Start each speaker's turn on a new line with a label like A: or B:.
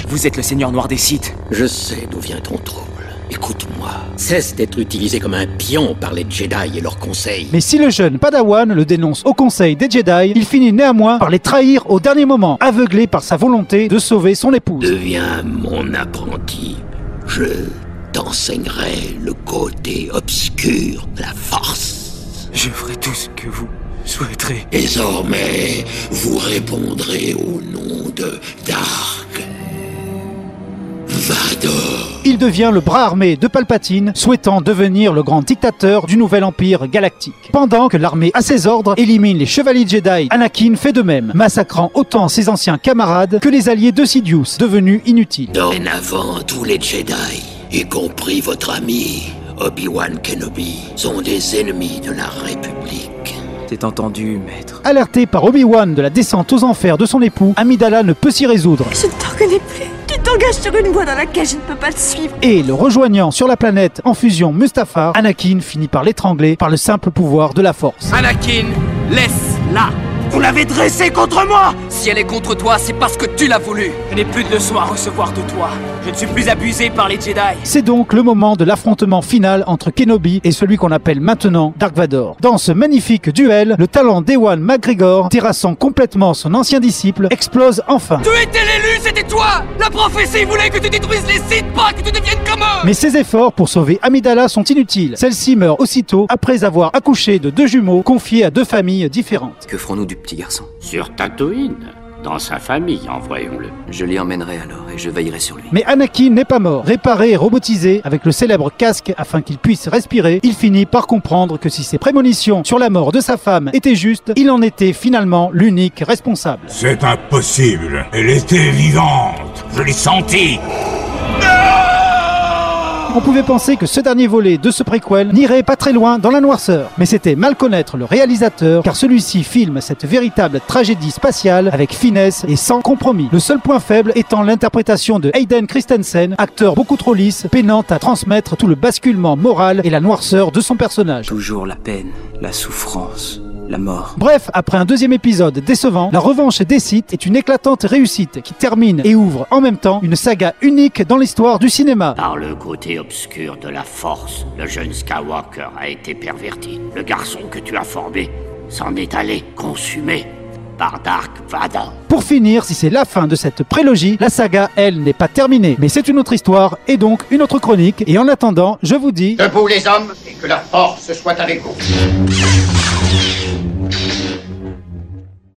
A: Vous êtes le seigneur noir des sites.
B: Je sais d'où vient ton trouble. Écoute-moi. Cesse d'être utilisé comme un pion par les Jedi et leurs conseils.
C: Mais si le jeune Padawan le dénonce au conseil des Jedi, il finit néanmoins par les trahir au dernier moment, aveuglé par sa volonté de sauver son épouse.
B: Deviens mon apprenti. Je t'enseignerai le côté obscur de la force.
A: Je ferai tout ce que vous souhaiterez.
B: Désormais, vous répondrez au nom de Dark Vador.
C: Il devient le bras armé de Palpatine, souhaitant devenir le grand dictateur du nouvel empire galactique. Pendant que l'armée à ses ordres élimine les chevaliers Jedi, Anakin fait de même, massacrant autant ses anciens camarades que les alliés de Sidious, devenus inutiles.
B: Dorénavant, tous les Jedi, y compris votre ami Obi-Wan Kenobi, sont des ennemis de la République.
A: C'est entendu, maître.
C: Alerté par Obi-Wan de la descente aux enfers de son époux, Amidala ne peut s'y résoudre.
D: Je ne t'en reconnais plus. Tu t'engages sur une voie dans laquelle je ne peux pas te suivre.
C: Et le rejoignant sur la planète en fusion Mustafar, Anakin finit par l'étrangler par le simple pouvoir de la force.
E: Anakin, laisse-la Vous l'avez dressée contre moi Si elle est contre toi, c'est parce que tu l'as voulu
A: Je n'ai plus de leçons à recevoir de toi. Je ne suis plus abusé par les Jedi.
C: C'est donc le moment de l'affrontement final entre Kenobi et celui qu'on appelle maintenant Dark Vador. Dans ce magnifique duel, le talent d'Ewan McGregor, terrassant complètement son ancien disciple, explose enfin.
E: Tu étais l'élu, c'était toi La prophétie voulait que tu détruises les sites, pas que tu deviennes comme eux
C: Mais ses efforts pour sauver Amidala sont inutiles. Celle-ci meurt aussitôt après avoir accouché de deux jumeaux confiés à deux familles différentes.
E: Que ferons-nous du petit garçon
B: Sur Tatooine,
F: Dans sa famille, envoyons-le.
E: Je l'y emmènerai alors et je veillerai sur lui.
C: Mais Anakin n'est pas mort. Réparé et robotisé avec le célèbre casque afin qu'il puisse respirer, il finit par comprendre que si ses prémonitions sur la mort de sa femme étaient justes, il en était finalement l'unique responsable.
G: C'est impossible. Elle était vivante. Je l'ai sentie.
C: On pouvait penser que ce dernier volet de ce préquel n'irait pas très loin dans la noirceur, mais c'était mal connaître le réalisateur car celui-ci filme cette véritable tragédie spatiale avec finesse et sans compromis. Le seul point faible étant l'interprétation de Hayden Christensen, acteur beaucoup trop lisse, peinant à transmettre tout le basculement moral et la noirceur de son personnage.
A: Toujours la peine, la souffrance, la mort.
C: Bref, après un deuxième épisode décevant, la revanche des Sith est une éclatante réussite qui termine et ouvre en même temps une saga unique dans l'histoire du cinéma.
F: Par le côté obscur de la Force, le jeune Skywalker a été perverti. Le garçon que tu as formé s'en est allé consumé par Dark Vador.
C: Pour finir, si c'est la fin de cette prélogie, la saga, elle, n'est pas terminée. Mais c'est une autre histoire et donc une autre chronique. Et en attendant, je vous dis...
H: Debout les hommes, et que la force soit avec vous.